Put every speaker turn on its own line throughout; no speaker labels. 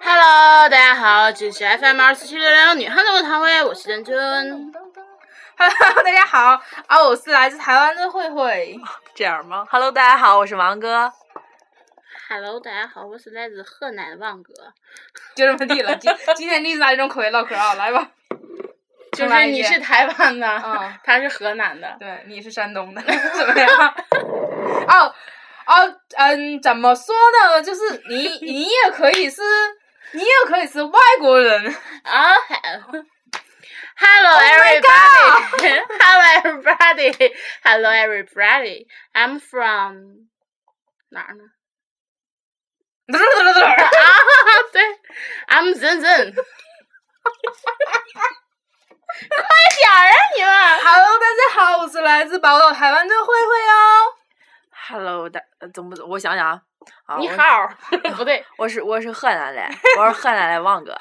Hello，大家好，这里是 FM 二四七六零女汉子我唐薇，我是珍珍。
Hello，大家好，啊，我是来自台湾的慧慧。
这样吗？Hello，大家好，我是王哥。
Hello，大家好，我是来自河南的旺哥。
就这么地了。今今天就是咱这种口味唠嗑啊，来吧。
就
重来
是
一
你
遍
是台湾的，
嗯
他是河南的。
对，你是山东的，怎么样？哦哦，嗯，怎么说呢？就是你，你也可以是，你也可以是外国人。
啊、Hello
Oh my
everybody. Hello everybody. Hello everybody. I'm from 哪儿呢？
嘚儿嘚儿嘚 儿
啊，对，I'm 珍珍。快点儿啊，你们！
Hello，大家好，我是来自宝岛台湾的慧慧哦。
Hello，大呃怎么我想想啊，啊
你
我
好， 不对，
我是我是河 南的，我是河南的王哥。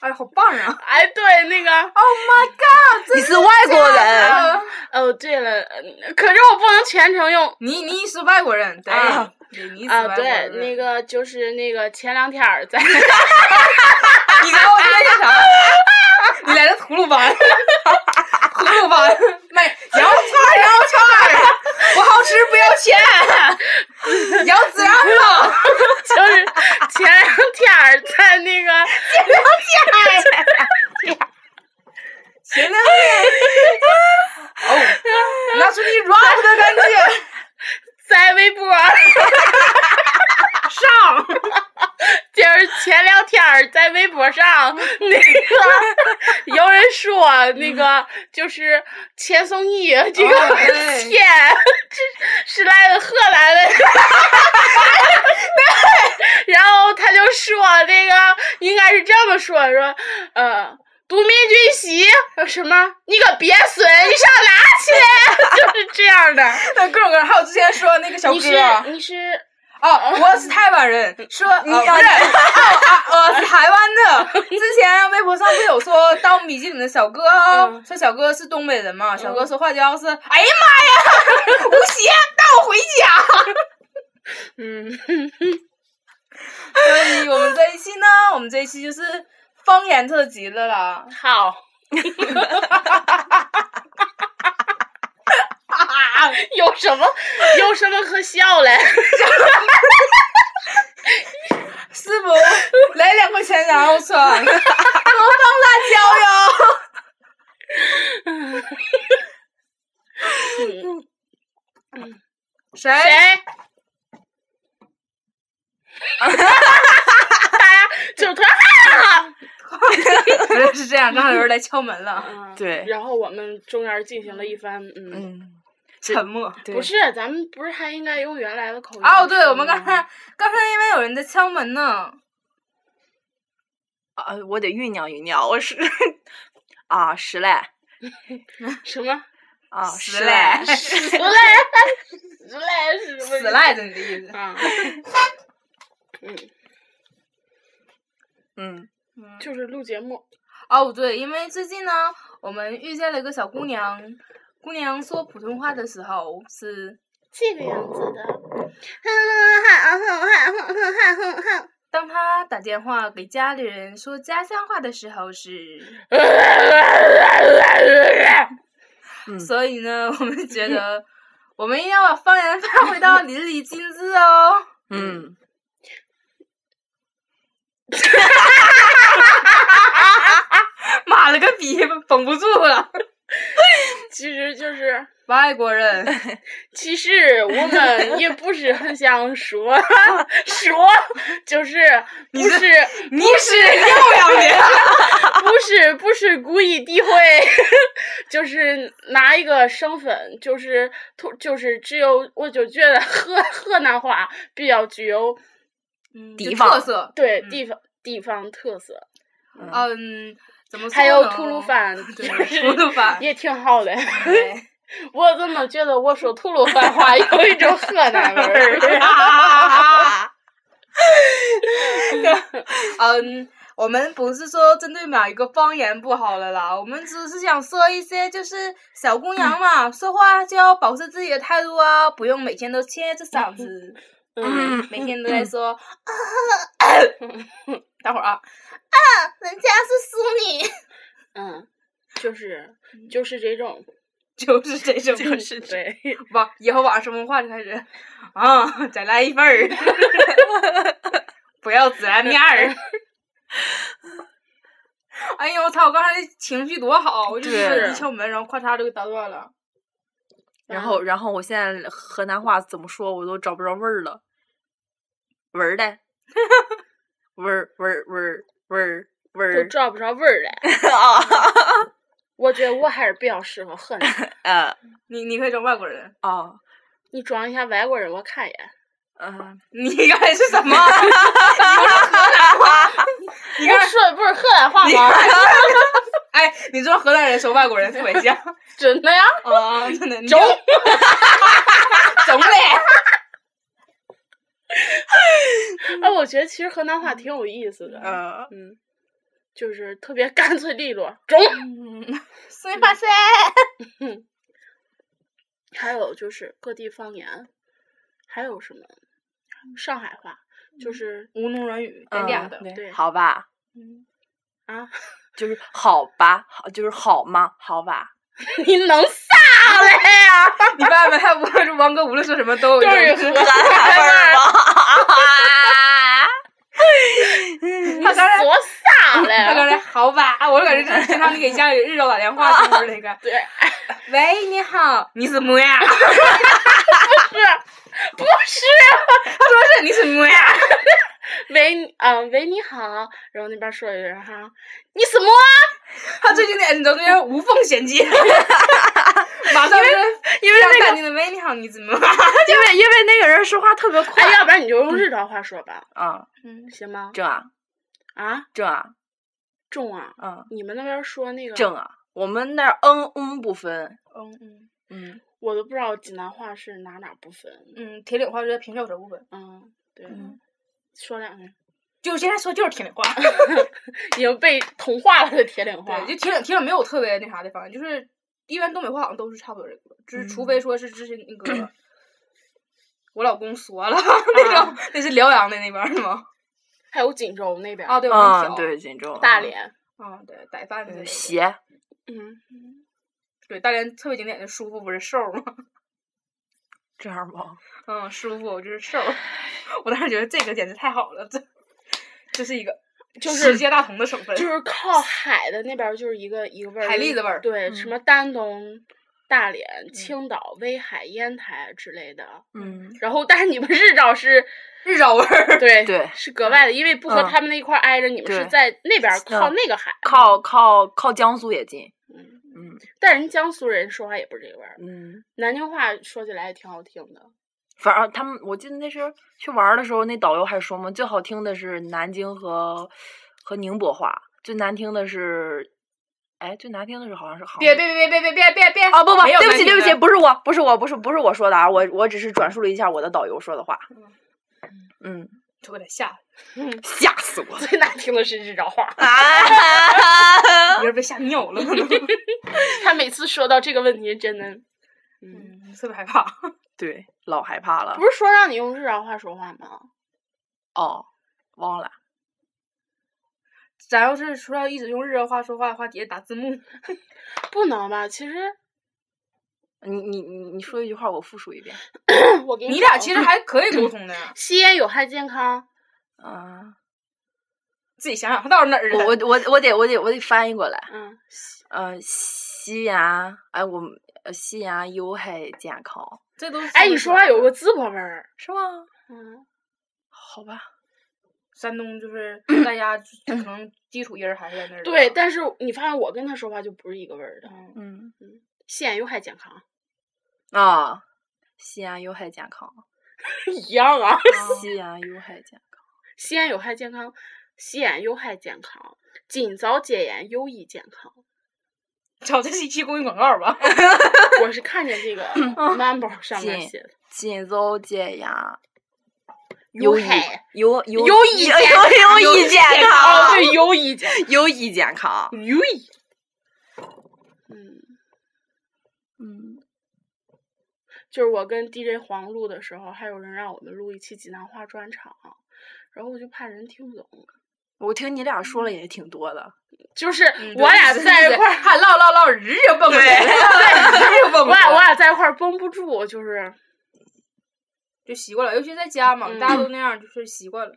哎，好棒啊
哎，对，那个，
！Oh my god！
你是外国人，
人，
哦，对了，嗯可是我不能全程用
你你是外国人，对
啊，
你你是
啊、
外国
对，
人。
那个就是那个前两天儿在，
你给我来那啥， 你来个葫芦 丸，葫芦丸，卖羊肉串儿，羊肉串儿，不好吃不要钱，羊孜然肉，
就是前两天儿在那个
行了，哦，拿出你 rap 的感 觉，
在微 博儿上， 就是前两天儿在微博 上那个有人说那个就是钱颂伊这个
哦对
钱是是来自荷兰的。 然后他就说那个应该是这么说，说呃，独民军席什么，你可别损，你上哪去？ 就是这样的。
那各种各样，还有之前说那个小
你是
哥，啊
你是
哦，我是台湾 人，说呃不
你
是，
要
哦啊，我是台湾的。之前微博上不有说《盗墓笔记》里的小哥哦，
嗯
说小哥是东北人嘛，小哥说话就要是，哎呀 妈呀，吴邪带我回家。
嗯，
所以我们这一期呢，我们这一期就是方言特辑了啦。
好。有什么有什么可笑嘞？
师傅，来两块钱羊肉 串，给我放辣椒哟。谁？
谁？大家就突然啊哈
是这样，刚才有人来敲门了，
嗯
哈，
对
啊然后我们中间进行了一番，嗯，
嗯，
沉默。
对
不是，咱们不是还应该用原来的口音？
哦，对，我们刚才刚才因为有人在敲门呢。
啊，我得酝酿酝酿，我是啊，实嘞
什么
啊，
实
实
嘞
死赖死赖是什么？
哎死赖着你的意思。
啊！
嗯，
就是录节目，
哦，对，因为最近呢，我们遇见了一个小姑娘，姑娘说普通话的时候是
这个样子的。哼
当她打电话给家里人说家乡话的时候是，
嗯
所以呢， 我们觉得我们要把方言发挥到淋漓尽致 哦。
嗯，
妈了个逼，绷不住了，
其实就是，
外国 人。
其实我们也不是很想说 说，就是不
这
是
你是又要脸，
不是不是故意诋毁， 就是拿一个身份，就是突就是只有我就觉得河河南话比较具有
嗯
地
就
方
特色。
对
嗯
地方、地方特色，
嗯
嗯，怎么说
还有
呢
吐 鲁，番，
对
就，是
吐鲁番。
也挺好的。
对
我怎么觉得我说吐鲁番话有一种河南味儿？
啊嗯，我们不是说针对哪一个方言不好了啦，我们只是想说一些，就是小姑娘嘛，说话就要保持自己的态度啊，不用每天都切着嗓子。
嗯，
每天都在说，大伙儿啊，
人家是淑女，
嗯，就是就是这种，
就是这种，
就是这
对，
吧？以后晚上什么话就开始啊，再来一份儿， 不要孜然面儿。 哎呦我操！我刚才情绪多好，我就是
对
一敲门，然后咔嚓就给打断了。
然后，然后我现在河南话怎么说，我都找不着味儿了。味 儿嘞，味儿味儿味儿味儿味
就
儿
找不着味儿来。
啊
我觉得我还是比较适合河南。
啊
你你可以整外国人，
啊！
你装一下外国人，我看一眼。
嗯，
你刚才是什么？ 你不是河南话？
你刚说的不是河南话
你
吗？
哎，你知道河南人说外国人特别像
真的呀？
啊，真的。
中
中中嘞，
哎，我觉得其实河南话挺有意思的。
呃，
嗯，就是特别干脆利落。中，
嗯所以把谁？
还有就是各地方言，还有什么上海话，就是
吴侬软语，
嗯
带嗲的。
对
好吧，
嗯
啊，
就是好吧，好就是好吗？好 吧，
你能啥嘞呀？
你发现没？他无论是王哥，无论说什么都有
都是
一
河
种。
南味儿 吗？你
他
说
刚才
啥
他
嘞？。
刚才好吧，啊我感觉这是平常你给家里日照打电话就是那个
对，
喂，你好，你什么呀？他 说
不是，
是你什么呀？
喂，啊、喂，你好，然后那边说一句哈，你什么啊？
他最近的你知道那些无缝衔接，马上就
因为
让
那
淡
个，
定的喂，你好，你怎么？
因为因为那个人说话特别快
哎，要不然你就用日照话说吧，
啊，
嗯
行吗？
正啊
啊，
正啊
中啊，
嗯
你们那边说那个
正啊，我们那儿嗯嗯不分，
嗯嗯
嗯
我都不知道济南话是哪哪不分。
嗯，铁岭话就是平翘舌部分，
嗯，对，
嗯
说两句，
就现在说就是铁岭话。
已经被同化了的铁岭话
对，。就铁岭铁岭没有特别那啥的方言，就是一般东北话好像都是差不多这个，就是除非说是之前那个、我老公说了那种，那是辽阳的那边儿的吗？
还有锦州那边，
啊，对，往
嗯，
小，
对，锦州
大
嗯
连，
啊，对，逮饭的那
嗯
种。
鞋
嗯，
对，大连特别经典的舒服不是瘦儿吗？
这样吗？
嗯，舒服就是瘦儿，我当时觉得这个简直太好了，这这是一 个
就是
世界大同的省份，
就是靠海的那边儿就是一个一个味儿，
海蛎子味儿嗯
对，
嗯
什么丹东、大连、青岛、威海、烟台之类的。
嗯，
然后，但是你们日照是，
日照味儿。
对
对
是格外的，因为不和
嗯
他们那一块儿挨着，你们是
对
在那边儿靠
嗯
那个海。
靠靠靠江苏也近，
嗯，
嗯
但人江苏人说话也不是这个味儿，
嗯，
南京话说起来也挺好听的。
反正他们我记得那时候去玩儿的时候，那导游还说嘛，最好听的是南京和和宁波话，最难听的是，哎，最难听的是好像是杭
别别别别别别别别！
啊不不，
没有
对不
南
起
京
对不
的
起，不是我不是我不是不是我说的啊，我我只是转述了一下我的导游说的话，嗯，
就给他吓的，
吓死我了，
最难听的是日照话，
啊，
一人被吓尿了，可 能。
他每次说到这个问题，真的，嗯，
嗯，特别害怕。
对，老害怕了
不，是说让你用日照话说话吗？
哦，忘了，
咱要是除了一直用日照话说话的话，底下打字幕。
不能吧？其实
你你你你说一句话，我复述一遍，
我给
你
讲
俩其实还可以沟通的，
吸烟有害健康。
嗯。
自己想想他到底哪儿
我
人。
我我我得我得我得翻译过来。
嗯，
呃，西牙，哎，我们呃西牙有害健康，
这都是
哎，你说话有个淄博味儿。
是吗？
嗯，
好吧，
山东就是大家就 可能基础音儿还是在那儿的。
对，但是你发现我跟他说话就不是一个味儿的。
嗯
嗯
吸烟有害健康，
啊，西牙有害健 康，
一样啊。
西牙有害健康，
吸烟有害健康，吸烟有害健康，尽早戒烟有益健康。
操，这是一期公益广告 吧？
我是看见这个 member 上面
戒
写的
尽早戒牙，
有
益
害
有有
有益
益
健
有 有益健
哦，
康，
对，有益健康，
有益健康。
有益。嗯，
嗯，
就是我跟 DJ 黄录的时候，还有人让我们录一期济南话专场，然后我就怕人听不懂，
我听你俩说了也挺多的，
就是
嗯
我俩在一 块儿，
还唠唠唠，日就蹦出来了， 日就蹦
我
出来
俩
了
我俩在一块儿绷不住，就是
就习惯了，尤其在家嘛，
嗯
大家都那样，就是习惯了。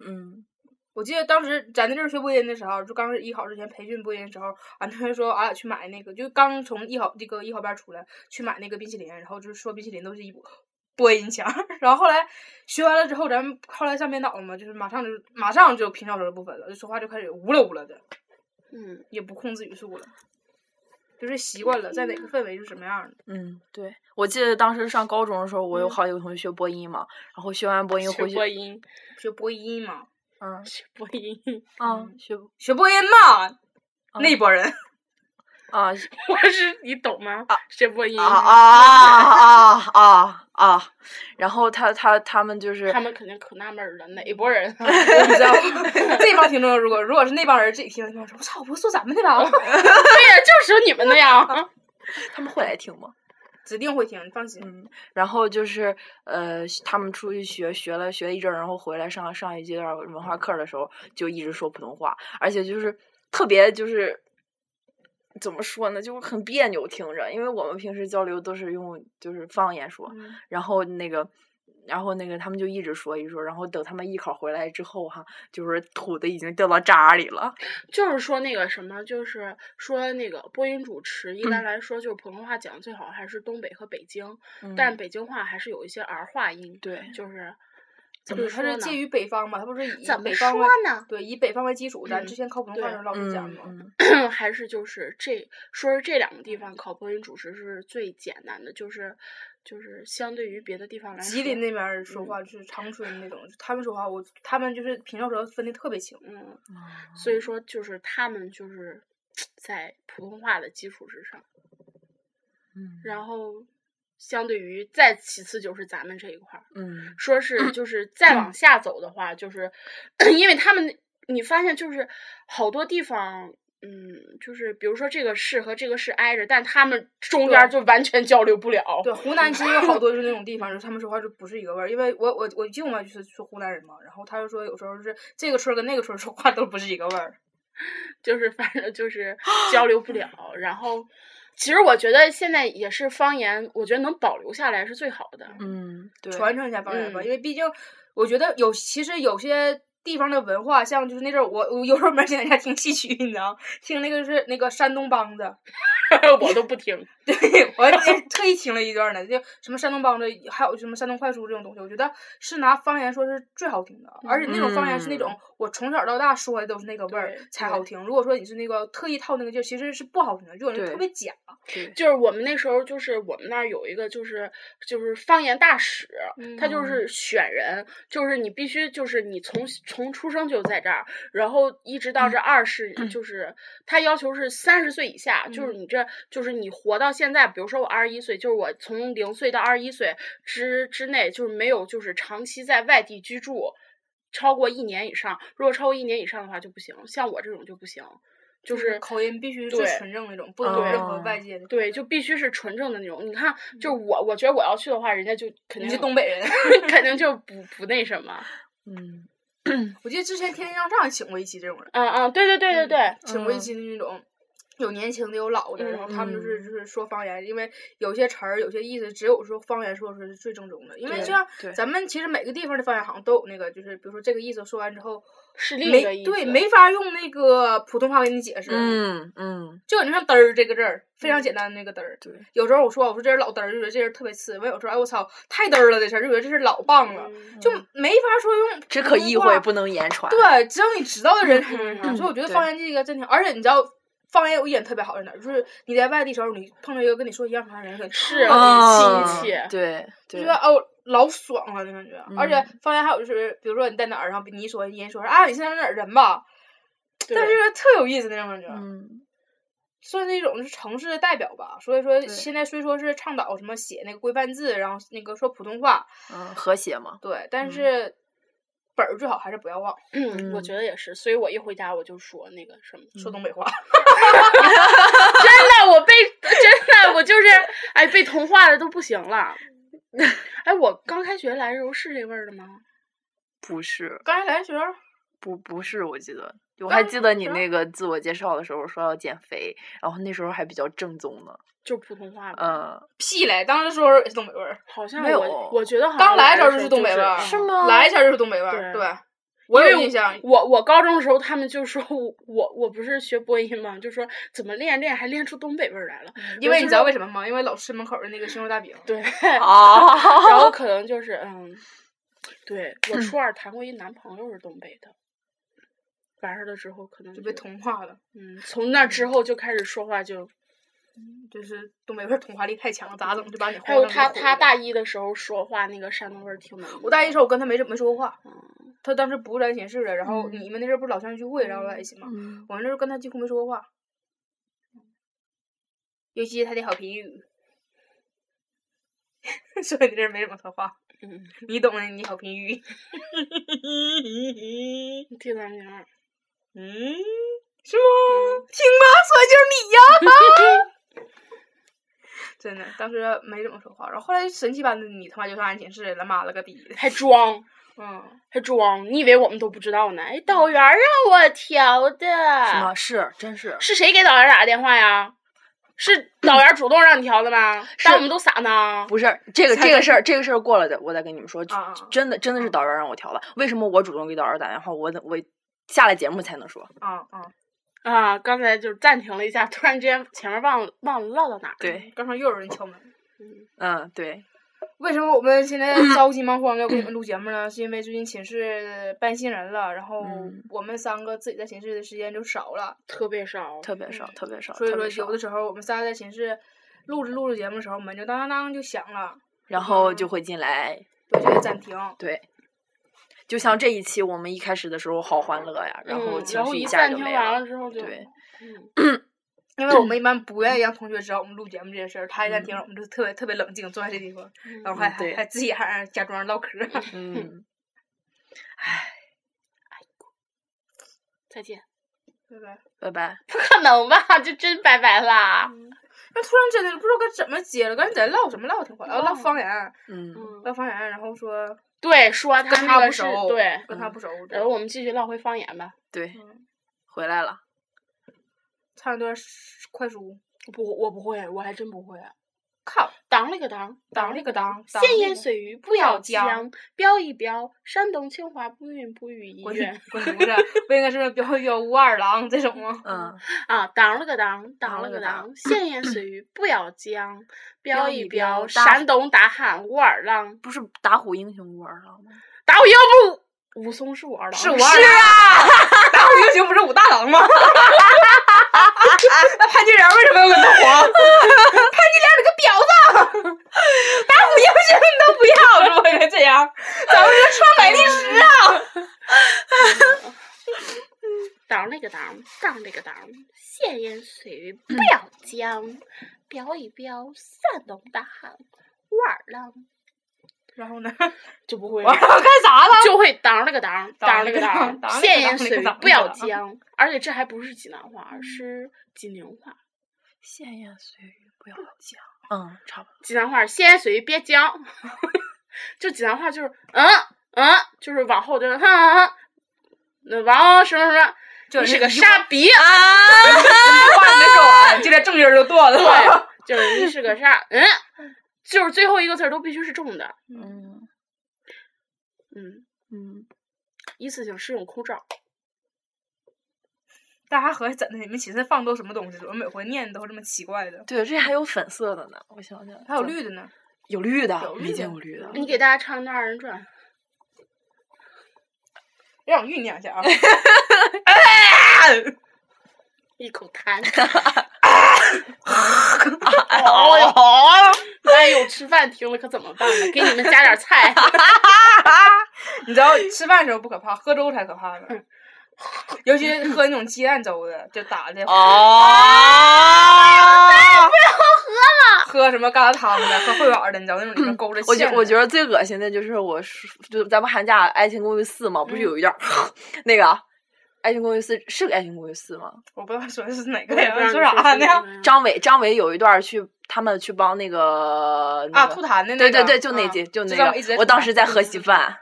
嗯，
我记得当时咱在这儿学播音的时候，就刚是艺考之前培训播音的时候，俺同学说俺俩去买那个，就刚从艺考这个艺考班出来去买那个冰淇淋，然后就是说冰淇淋都是一波播音腔儿， 然后后来学完了之后，咱们后来上编导了嘛，就是马上就马上就平翘舌不分了，就说话就开始呜了呜了的，
嗯，
也不控制语速了，就是习惯了在哪个氛围是什么样的。
嗯，对，我记得当时上高中的时候，我有
嗯
好几个同学学播音嘛，然后学完播音
学
回去
播，音，
学播音嘛，
嗯
学播音，
嗯，学
学播音嘛，
哦
嗯
那 波人
啊
我是你懂吗？学播音，
啊啊啊啊啊！然后他他他们就是
他们肯定可纳闷儿了，哪拨人？
我不知道 这帮听众，如果如果是那帮人自己听，那帮人说：“我操，我不是说咱们那
嗯
帮吗
对呀，就是有你们那 样。
他们会来听吗？？”
指定会听，你放心。
嗯，然后就是呃，他们出去学学了学了一阵儿，然后回来上上一阶段文化课的时候，就一直说普通话，而且就是特别就是怎么说呢，就是很别扭听着，因为我们平时交流都是用就是方言说，
嗯
然后那个。然后那个他们就一直说一直说，然后等他们艺考回来之后哈、就是土的已经掉到渣儿里了。
就是说那个什么，就是说那个播音主持，一
嗯
般来说就是普通话讲得最好还是东北和北京，但
嗯
北京话还是有一些儿化音，
对
就是怎么
对，它
说
是
呢？
介于北方嘛，它不是以
怎么
北
说
方为
呢？
对，以北方为基础，咱
嗯
之前考普通话的时候老师讲
嗯
过，
嗯
还是就是这说是这两个地方考播音主持是最简单的，就是就是相对于别的地方来说，
吉林那边儿
嗯
说话就是长春那种，他们说话我他们就是平翘舌分的特别清。
嗯，所
哦
以说就是他们就是在普通话的基础之上，
嗯
然后相对于再其次就是咱们这一块儿，
嗯
说是就是再往下走的话，就是 因为他们你发现就是好多地方。嗯，就是比如说这个市和这个市挨着，但他们中间儿就完全交流不了。
对，湖南其实有好多就是那种地方，就是他们说话就不是一个味儿。因为我我我舅妈就是说湖南人嘛，然后他就说有时候是这个村儿跟那个村儿说话都不是一个味儿。
就是反正就是交流不了。然后，其实我觉得现在也是方言，我觉得能保留下来是最好的。
嗯，对，
传承一下方言吧，
嗯
因为毕竟我觉得有，其实有些地方的文化，像就是那阵儿我我有时候没事在家听戏曲，你知道，听那个是那个山东梆子，
我都不听。
对 我还特意听了一段儿呢，就什么山东梆子，还有什么山东快书这种东西，我觉得是拿方言说是最好听的，
嗯
而且那种方言是那种我从小到大说的都是那个味儿
对
才好听。如果说你是那个特意套那个劲儿，其实是不好听的，就感觉
对
特别假。
对
就是我们那时候，就是我们那儿有一个，就是就是方言大使，他
嗯
就是选人，就是你必须就是你从从出生就在这儿，然后一直到这
嗯
二十，就是他要求是三十岁以下，
嗯
就是你这就是你活到现在，比如说我二十一岁，就是我从零岁到二十一岁之之内，就是没有就是长期在外地居住超过一年以上，如果超过一年以上的话就不行，像我这种就不行，就
就是
是
口音必须是最
对
纯正那种，不能有
对
任何外界的。
对，就必须是纯正的那种。你看，就是我，我觉得我要去的话，人家就肯定
嗯你是东北人。
肯 定就不不那什么。
嗯
我记得之前《天天向上》请过一期这种人，
嗯嗯，对对对对对，
请过一期那种有年轻的有老的，然后他们就是
嗯
就是说方言，因为有些词儿有些意思，只有说方言说出来是最正宗的。因为
对
就像
对
咱们其实每个地方的方言好像都有那个，就是比如说这个意思说完之后，
是另一个
没
意思。
对没法用那个普通话给你解释，
嗯嗯，
就感觉像嘚儿这个字儿非常简单的那个嘚儿。
对，
有时候我说我说这人老嘚儿，就觉得这人特别次；，完有时候哎我操太嘚儿了这事儿，就觉得这是老棒了，
嗯
就没法说用
只
普
可
通
意
话
会，不能言传。
对，只有你知道的人才能啥。
嗯
所以我觉得
对
方言这个真挺，而且你知道，方言有一点特别好在哪儿，就是你在外地时候，你碰到一个跟你说一样方言的人，感觉
是
特
啊
嗯
亲切
对
就觉
对
得，哦，老爽了那感觉。而且
嗯
方言还有就是，比如说你在哪儿，然后你一说，人家说啊，你现在哪儿人吧，
对
但是特有意思那种感觉，
嗯
算是一种是城市的代表吧。所以说
对
现在虽说是倡导什么写那个规范字，然后那个说普通话，
嗯，和谐嘛，
对，但
嗯
是本儿最好还是不要忘，
嗯，我觉得也是，所以我一回家我就说那个什么，
说
嗯
东北话。
真的我被真的我就是哎被同化的都不行了。哎，我刚开学来的时候是这味儿的吗？
不是，
刚才来学，
不不是，我记得，我还记得你
是
那个自我介绍的时候说要减肥，然后那时候还比较正宗呢。
就普通话吧，
嗯，
屁嘞！当时说是东北味儿，
好像
没有
我啊我觉得好像
刚来的时候
就
就是东北味儿，啊
是吗
来一下就是东北味儿，
对
对，我
因
有
为
印象。
我我高中的时候，他们就说我我我不是学播音吗？就说怎么练练还练出东北味儿来了。
因为你知道为什么吗？因为老吃门口的那个生肉大饼。
对，
啊，
然后可能就是嗯，对
嗯
我初二谈过一男朋友是东北的，完事儿了之后可能
就被同化了，
嗯，从那之后就开始说话就
就是东北味儿同化力太强了，咋整就把你
还
还
有他他大一的时候说话那个山东味儿挺浓的。嗯
我大一的时候我跟他没没说过话，他当时不是来寝室的，然后你们那阵儿不是老乡聚会，然后在一起嘛，
嗯
我那时候跟他几乎没说过话，尤其是他的好朋友， 所以那阵儿没怎么说话，
嗯，
你懂的，你好朋友，
第三名儿，
嗯，是
嗯
吗？听吧，说的就是你呀。 真的，当时没怎么说话，然后后来神奇般的你他妈就上俺寝室了，妈了个逼的，
还装
嗯，
还装，你以为我们都不知道呢？哎，导员儿让我调的。
什么？是，真是。
是谁给导员打的电话呀？是导员主动让你调的吗？当我们都傻呢？
不是这个这个事儿，这个事儿过了的，我再跟你们说，就
啊啊
真的真的是导员让我调的。为什么我主动给导员打电话，我得我下了节目才能说？
啊啊！
啊，刚才就是暂停了一下，突然之间前面忘了忘了唠到哪儿了。
对，
刚才又有人敲门，
嗯，对，
为什么我们现在
嗯
着急忙慌的给你们录节目呢？是因为最近寝室搬新人了，然后
嗯
我们三个自己在寝室的时间就少了，
特别少。
特别少，特别少，
嗯所以
啊特
说
别少
有。的时候我们仨在寝室录着录着节目的时候，门就当当当就响了，
然后就会进来，
我就得暂停。
对。就像这一期我们一开始的时候好欢乐呀，然后
嗯
情
然后
绪
一
下
暂
就
停
没
完
了。
了之后就
对，
嗯
因为我们一般不愿意让同学知道我们录节目这件事儿，他一旦听着我们就特别特别冷静，坐在这地方，然后还
嗯对
还还自己还让人假装唠嗑儿。
嗯，
再见。
对吧？
拜拜。
不可能吧？就真拜拜啦。
那突然真的不知道该怎么接了，赶紧在唠什么唠挺快，哦，唠方言，
嗯，
嗯，
唠方言，然后说
对，说
跟
他那
他不
个是
熟，
对。
跟他不熟，
然后我们继续唠回方言吧。
对
嗯，
回来了。
唱一段快书，
不，我不会，我还真不会。
靠，
当了个当，
当
当
了
了
个
个
当
当，
当
闲
了
言
个
碎语
不
不
要
要
讲
讲，飙一飙，山东青花不孕不育医
滚
院。
滚犊子，不应该是标幺五二郎这种吗？
嗯，
啊，当了个当，
当
当
了
了
个
个
当
当，闲言碎语不要讲，
飙
飙
一
一飙，
飙大
山东大喊武二郎，
不是打虎英雄无二郎吗？哦
打我腰部，武松是武二郎，
是五二啊， 打虎英雄不是武大郎吗？ 那潘金莲为什么要跟他黄？ 潘金莲是个婊子， 打虎英雄都不要， 如果这样，咱们就创美历史啊！
当了个当，当了个当，闲言碎语不要讲，飙一飙，山东大喊武二郎，
然后呢？
就不会
我要干啥了？
就会当了个当，
当
当
了
了
个
个
当当了个
闲
当
言
了个
碎语
当
不
了
要
个当
讲，而且这还不是济南话，而是济宁话，
闲言碎语不要 讲。嗯，差不多。
济南话闲言碎语别讲， 就济南话就是嗯嗯，就是往后就是哼哼哼，那王什么什么，
就
你
是
是个
你
傻逼 啊！
话没 说完，啊就连正音儿都断了。
对，就是你是个傻，嗯，就是最后一个字儿都必须是重的，
嗯
嗯，
嗯，
一次性使用口罩，
大家合计怎的？你们寝室放都什么东西？怎么每回念都是这么奇怪的？
对，这还有粉色的呢，我想想，
还有
怎么
绿的呢？
有绿的，
有绿
没见
的
过绿的。
你给大家唱一段二人转，
让我酝酿一 下啊！
一口痰。
好呀，
哎呦，吃饭听了可怎么办呢？给你们加点菜。
嗯你知道吃饭的时候不可怕，喝粥才可怕呢。尤其是喝那种鸡蛋粥的，就打的
哦，
喝什么疙瘩汤的，喝烩碗的，你知道那种里面勾着
嗯我觉
馅
我觉
得
得最恶心的就是我说，就咱们寒假《爱情公寓四》嘛，不是
嗯
有一段、 那个《爱情公寓四》是《爱情公寓四》吗？
我不知道说的是哪个
我也
呀
不知道，你
说啥
是
呢？
什么呀
张伟张伟有一段去他们去帮那个
啊，
那个
吐痰的那
对
个，
对对，就那
啊
集、就那
咱们一直
个
在，
我
吐
当
痰
时在喝
对
稀
对对
饭。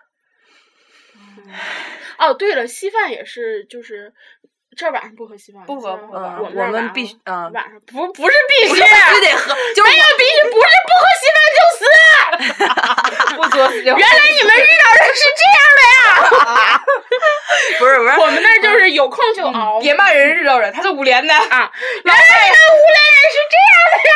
哦，对了，稀饭也是，就是这晚上不喝稀饭，
不喝不喝
嗯
嗯，
我
我
那晚
们
上
必须嗯，
晚上不不是必
不
须，
是必须得喝，就是
没有必须，不是不喝稀饭就死。
不作 死就
原来你们遇到的是这样的呀？嗯
不是不是，
我们那儿就是有空就熬。
别骂人日照人，他是五连 的。
啊，原来你们湖南人是这样的呀？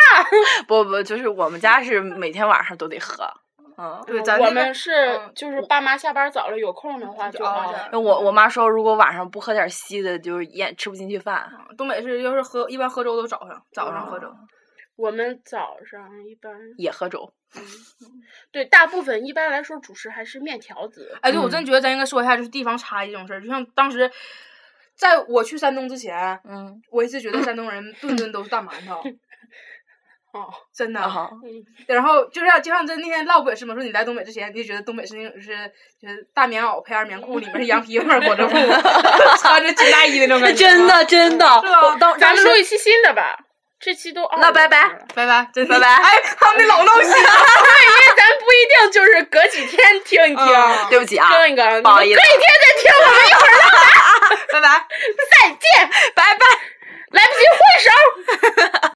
不不，就是我们家是每天晚上都得喝。嗯，
对，咱
我
那
们
个
是
嗯
就是爸妈下班早了有空的话就熬
熬着
着。
那我我妈说，如果晚上不喝点稀的，就是咽吃不进去饭。
东北是要是喝，一般喝粥都早上，早上喝
哦
粥。
我们早上一般
也喝粥。
对大部分一般来说主食还是面条子。
哎，对，
嗯
我真觉得咱应该说一下，就是地方差异这种事儿。就像当时，在我去山东之前，
嗯，
我一直觉得山东人顿顿都是大馒 头，
哦，
真的。
啊哈，
然后就像就像咱那天唠不也是吗？说你来东北之前，你就觉得东北是那种就是就是大棉袄配二棉裤，里面是羊皮味儿裹着 布，穿着军大衣的那种感觉。
真，的真的，
是吧
我当
咱
当
们
时
录一期新的吧，这期都
那拜拜
20多了
拜拜，真的
拜拜
哎，他们老闹心了。
因为咱不一定就是隔几天听一听，
嗯
对不起啊，
更一个，
不好意思
隔一天再听，我们一会儿
拜拜。
再见，
拜拜。
来不及挥手。